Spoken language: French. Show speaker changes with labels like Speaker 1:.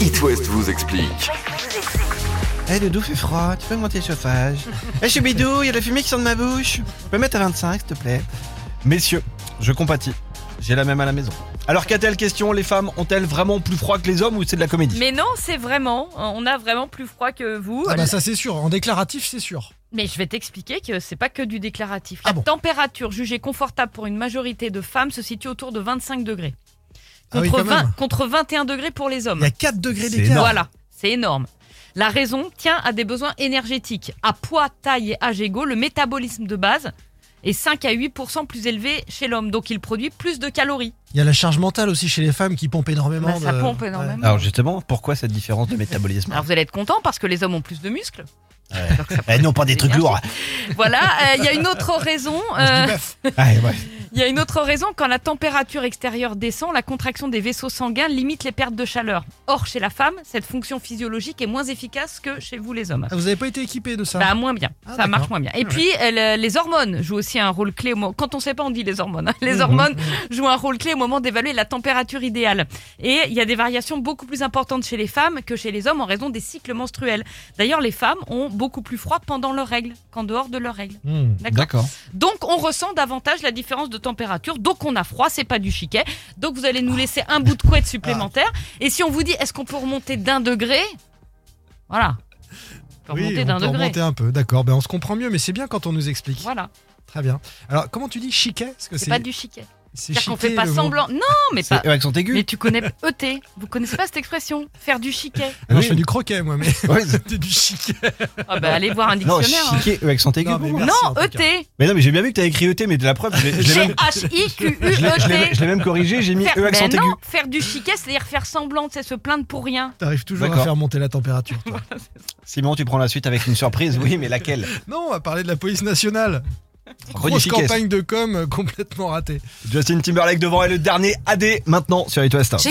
Speaker 1: It West vous explique.
Speaker 2: Eh Doudou, fait froid, tu peux augmenter le chauffage. Eh Choubidou, il y a de la fumée qui sort de ma bouche. Tu peux mettre à 25, s'il te plaît. Messieurs, je compatis. J'ai la même à la maison. Alors, qu'a t question Les femmes ont-elles vraiment plus froid que les hommes ou c'est de la comédie
Speaker 3: Mais non, c'est vraiment, on a vraiment plus froid que vous.
Speaker 4: Ah bah ça c'est sûr, en déclaratif c'est sûr.
Speaker 3: Mais je vais t'expliquer que c'est pas que du déclaratif.
Speaker 4: Ah
Speaker 3: La
Speaker 4: bon
Speaker 3: température jugée confortable pour une majorité de femmes se situe autour de 25 degrés.
Speaker 4: Ah oui,
Speaker 3: Contre,
Speaker 4: quand même.
Speaker 3: 20 contre 21 degrés pour les
Speaker 4: Il y
Speaker 3: hommes.
Speaker 4: a 4 degrés
Speaker 2: C'est
Speaker 4: d'écart.
Speaker 2: énorme.
Speaker 3: Voilà, c'est énorme. La raison tient à des besoins énergétiques. À poids, taille et âge égaux, le métabolisme de base est 5 à 8% plus élevé chez l'homme. Donc il produit plus de calories.
Speaker 4: Il y a la charge mentale aussi chez les femmes qui pompe énormément.
Speaker 3: Bah, ça
Speaker 4: de-
Speaker 3: pompe
Speaker 4: euh, Ouais.
Speaker 3: énormément.
Speaker 2: Alors, justement, pourquoi cette différence de métabolisme
Speaker 3: Alors vous allez être content parce que les hommes ont plus de muscles. Donc, ça-
Speaker 2: Eh non, pas des trucs lourds.
Speaker 3: voilà, euh, il y a une autre raison.
Speaker 4: On se
Speaker 3: euh,
Speaker 4: dit bœuf.
Speaker 2: Ah, ouais.
Speaker 3: Il y a une autre raison, quand la température extérieure descend, la contraction des vaisseaux sanguins limite les pertes de chaleur. Or, chez la femme, cette fonction physiologique est moins efficace que chez vous les hommes.
Speaker 4: Ah, Vous avez pas été équipé de ça
Speaker 3: Bah, moins bien,
Speaker 4: Ah,
Speaker 3: ça
Speaker 4: d'accord.
Speaker 3: marche moins bien. Et puis, euh, le- les hormones jouent aussi un rôle clé. Au mo- Quand on sait pas, on dit les hormones. hein.
Speaker 4: Mhm.
Speaker 3: Les hormones jouent un rôle clé au moment d'évaluer la température idéale. Et il y a des variations beaucoup plus importantes chez les femmes que chez les hommes en raison des cycles menstruels. D'ailleurs, les femmes ont beaucoup plus froid pendant leurs règles qu'en dehors de leurs règles.
Speaker 4: Hmm.
Speaker 3: D'accord donc on ressent davantage la différence de température. Donc on a froid, c'est pas du chiquet. Donc vous allez nous laisser un bout de couette supplémentaire. Et si on vous dit est-ce qu'on peut remonter d'un degré Voilà. On peut
Speaker 4: Oui,
Speaker 3: remonter
Speaker 4: on
Speaker 3: d'un
Speaker 4: peut
Speaker 3: degré.
Speaker 4: remonter un peu, d'accord. Ben, on se comprend mieux, mais c'est bien quand on nous explique.
Speaker 3: Voilà,
Speaker 4: Très bien. Alors, comment tu dis chiquet Parce que
Speaker 3: c'est pas du chiquet.
Speaker 4: c'est
Speaker 3: C'est-à-dire qu'on
Speaker 4: chiqué,
Speaker 3: fait pas
Speaker 4: le mot.
Speaker 3: semblant. Non, mais
Speaker 2: C'est
Speaker 3: pas.
Speaker 2: eux accent aigu.
Speaker 3: Mais tu connais ET, vous connaissez pas cette expression Faire du chiquet.
Speaker 4: Ah non,
Speaker 2: Oui.
Speaker 4: je fais du croquet, moi, mais
Speaker 2: Ouais, c'est-
Speaker 4: c'est du chiquet.
Speaker 3: Ah bah allez voir un
Speaker 2: non,
Speaker 3: dictionnaire. hein.
Speaker 2: chiqué, eux accent aigu.
Speaker 4: Non,
Speaker 2: pour
Speaker 4: mais
Speaker 2: moi.
Speaker 4: merci, en
Speaker 3: Non, E
Speaker 4: tout cas.
Speaker 3: ET.
Speaker 2: Mais non, mais j'ai bien vu que t'as écrit ET, mais de la preuve, je l'ai- je l'ai même- je l'ai- je l'ai- je
Speaker 3: G-H-I-Q-U-E-T.
Speaker 2: l'ai même corrigé, j'ai mis
Speaker 3: E
Speaker 2: E
Speaker 3: Faire-
Speaker 2: eux accent
Speaker 3: Mais non,
Speaker 2: aigu.
Speaker 3: faire du chiquet, c'est-à-dire faire semblant, c'est se plaindre pour rien.
Speaker 4: T'arrives toujours à
Speaker 2: D'accord.
Speaker 4: faire monter la température. toi.
Speaker 2: Simon, tu prends la suite avec une surprise, oui, mais laquelle
Speaker 4: non, on va parler de la police nationale. Grosse
Speaker 2: Renéficace.
Speaker 4: campagne de com euh, complètement ratée.
Speaker 2: Justin Timberlake devant et le dernier AD maintenant sur It West.